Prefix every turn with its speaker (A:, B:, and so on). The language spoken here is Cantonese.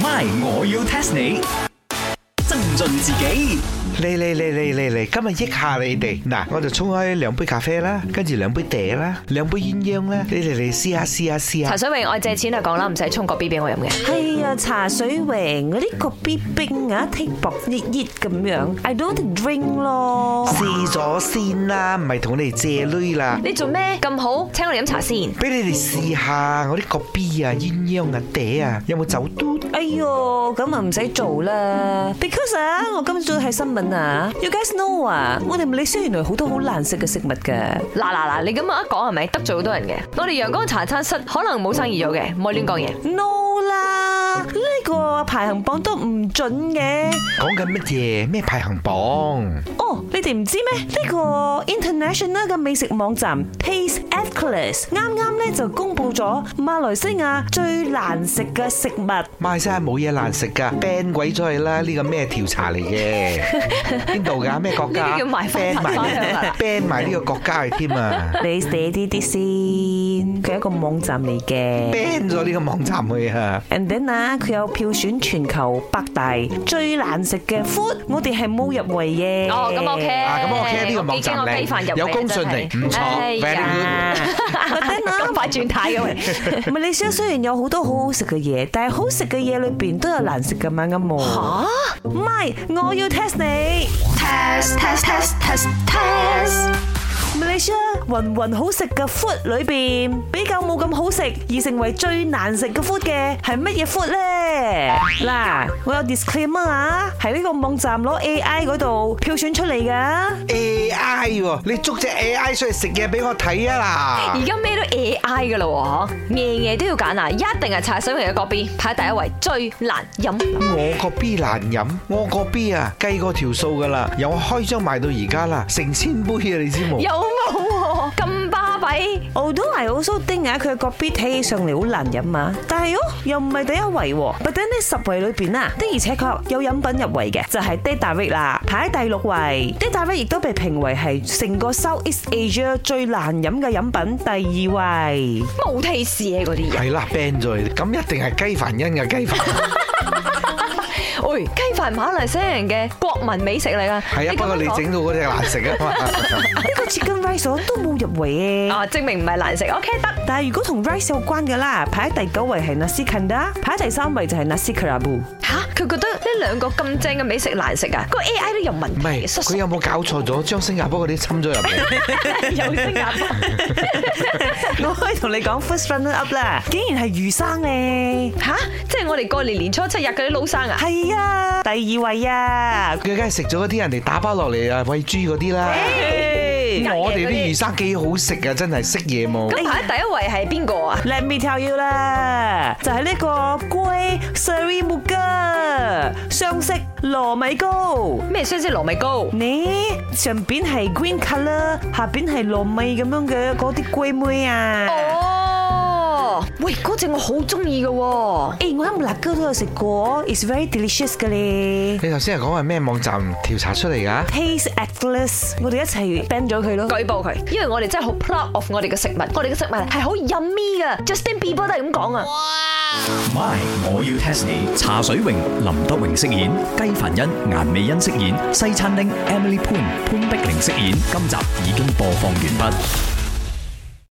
A: My，我要 test 你。增進自己
B: 嚟嚟嚟嚟嚟嚟，今日益下你哋嗱，我就沖開兩杯咖啡啦，跟住兩杯嗲啦，兩杯鴛鴦啦，你哋嚟試下試下試下
C: 茶。水榮，我借錢就講啦，唔使沖個 B 俾我飲嘅。
D: 係啊，茶水榮嗰啲個必冰啊，剔薄熱熱咁樣，I don't drink 咯。
B: 試咗先啦，唔係同你哋借女啦，
C: 你做咩咁好？請我哋飲茶先。
B: 俾你哋試下我啲個 B 啊、鴛鴦啊、嗲啊，有冇走嘟？
D: 哎喲，咁啊唔使做啦，because 啊，我今朝睇新聞啊，you à. guys know à, 啊，我哋馬來西亞原來好多好難食嘅食物嘅。
C: 嗱嗱嗱，你咁樣一講係咪得罪好多人嘅？我哋陽光茶餐室可能冇生意做嘅，唔可以亂講嘢。
D: No 啦，呢個排行榜都唔準嘅。
B: 講緊乜嘢？咩排行榜？
D: 哦，你哋唔知咩？呢個 international 嘅美食網站 Taste Atlas 啱啱咧就公布咗馬來西亞最難食嘅食物。
B: 馬來西亞冇嘢難食噶，ban 鬼咗去啦！呢個咩調查嚟嘅？邊度㗎？咩國家
C: 呢啲叫賣花
B: ban 埋
C: 賣花香啊
B: ban 埋呢個國家去添啊！
D: 你寫啲啲先，佢係一個網站嚟嘅。
B: ban 咗呢個網站去啊！
D: And then 啊，佢有票選全球百大最難食嘅 food，我哋係冇入圍嘅。
C: 哦，咁 OK。
B: 啊咁 OK，呢個網站
C: 我幾驚我雞飯入
B: 有
C: 嚟啊
B: 公信
C: 真係
B: 力唔錯
C: 哎
B: very
C: 呀
D: good
C: 咁快轉態嘅 喂。
D: 馬來西亞雖然有好多好好食嘅嘢，但係好食嘅嘢裏邊都有難食嘅嘛，啱冇？嚇！唔係，我要 test 你。
E: test test test test test
D: 馬來西亞雲雲好食嘅 food 裏邊，比較冇咁好食而成為最難食嘅 food 嘅係乜嘢 food 咧？嗱，我有 disclaimer 啊，喺呢個網站攞 AI 嗰度票選出嚟㗎。
B: AI 喎，你捉只 AI 出嚟食嘢俾我睇啊
C: 而
B: 嗱！
C: 家咩都 AI 噶啦喎，嗬咩嘢都要揀啊！一定係茶水榮嘅個 B 排第一位，最難飲。
B: 我個 B 難飲，我個 B 啊計過條數噶啦，由我開張賣到而家啦，成千杯啊你知冇
C: 有？冇喎？咁巴閉？
D: 我都係 also 丁啊，佢個 B 睇起上嚟好難飲啊，但係哦又唔係第一位喎，但係呢十位裏邊啊，的而且確有飲品入圍嘅，就係 d a t a r i 啦，排喺第六位 d a t a r i 亦都被評為係成個 South East Asia 最難飲嘅飲品第二位。
C: 冇 taste 嘅嗰啲嘢。
B: 係啦，ban 咗佢，咁一定係雞凡恩嘅雞飯。
C: 喂，雞飯馬來西亞人嘅國民美食嚟㗎。
B: 係 啊，不過你整到嗰隻難食啊嘛。
D: 呢個 Chicken Rice 我都冇入圍嘅。
C: 啊，證明唔係難食。OK，得。
D: 但係如果同 rice 有關嘅啦，排喺第九位係 nasi kandar，排喺第三位就係 nasi kerabu。
C: 吓，佢覺得呢兩個咁正嘅美食難食啊？個 AI 都有問
B: 唔
C: 題
B: 係，
C: 嘅， 叔
B: 佢
C: 叔
B: 有冇搞錯咗？將新加坡嗰啲侵咗入 嚟，
C: 有新加坡。
D: 我可以同你講 first runner up 啦，竟然係魚生咧。
C: 吓，即係我哋過年年初七日嗰啲撈生啊？
D: 係啊，第二位啊。
B: 佢梗係食咗啲人哋打包落嚟啊餵豬嗰啲 啦。我哋啲魚生幾好食啊，真係識嘢冇。
C: 咁排喺第一位係邊個啊？
D: Let me tell you 啦，就係呢個龜 Seri m u g a 雙色糯米糕。
C: 咩雙色糯米糕？
D: 你上邊係 green colour，下邊係糯米咁樣嘅嗰啲龜妹啊。
C: 哦，喂，嗰隻我好中意嘅喎。
D: 誒，我喺辣椒都有食過，is very delicious 嘅咧。
B: 你頭先係講係咩網站調查出嚟㗎？
D: Taste Atlas，我哋一齊 ban 咗佢咯。
C: 舉報佢，因為我哋真係好 proud of 我哋嘅食物，我哋嘅食物係好 yummy 噶，Justin Bieber 都係咁講啊。
A: ，My，我要 test 你。茶水榮、林德榮飾演，雞凡恩、顏美欣飾演，西餐廳 Emily Poon 潘碧玲飾演。今集已經播放完畢。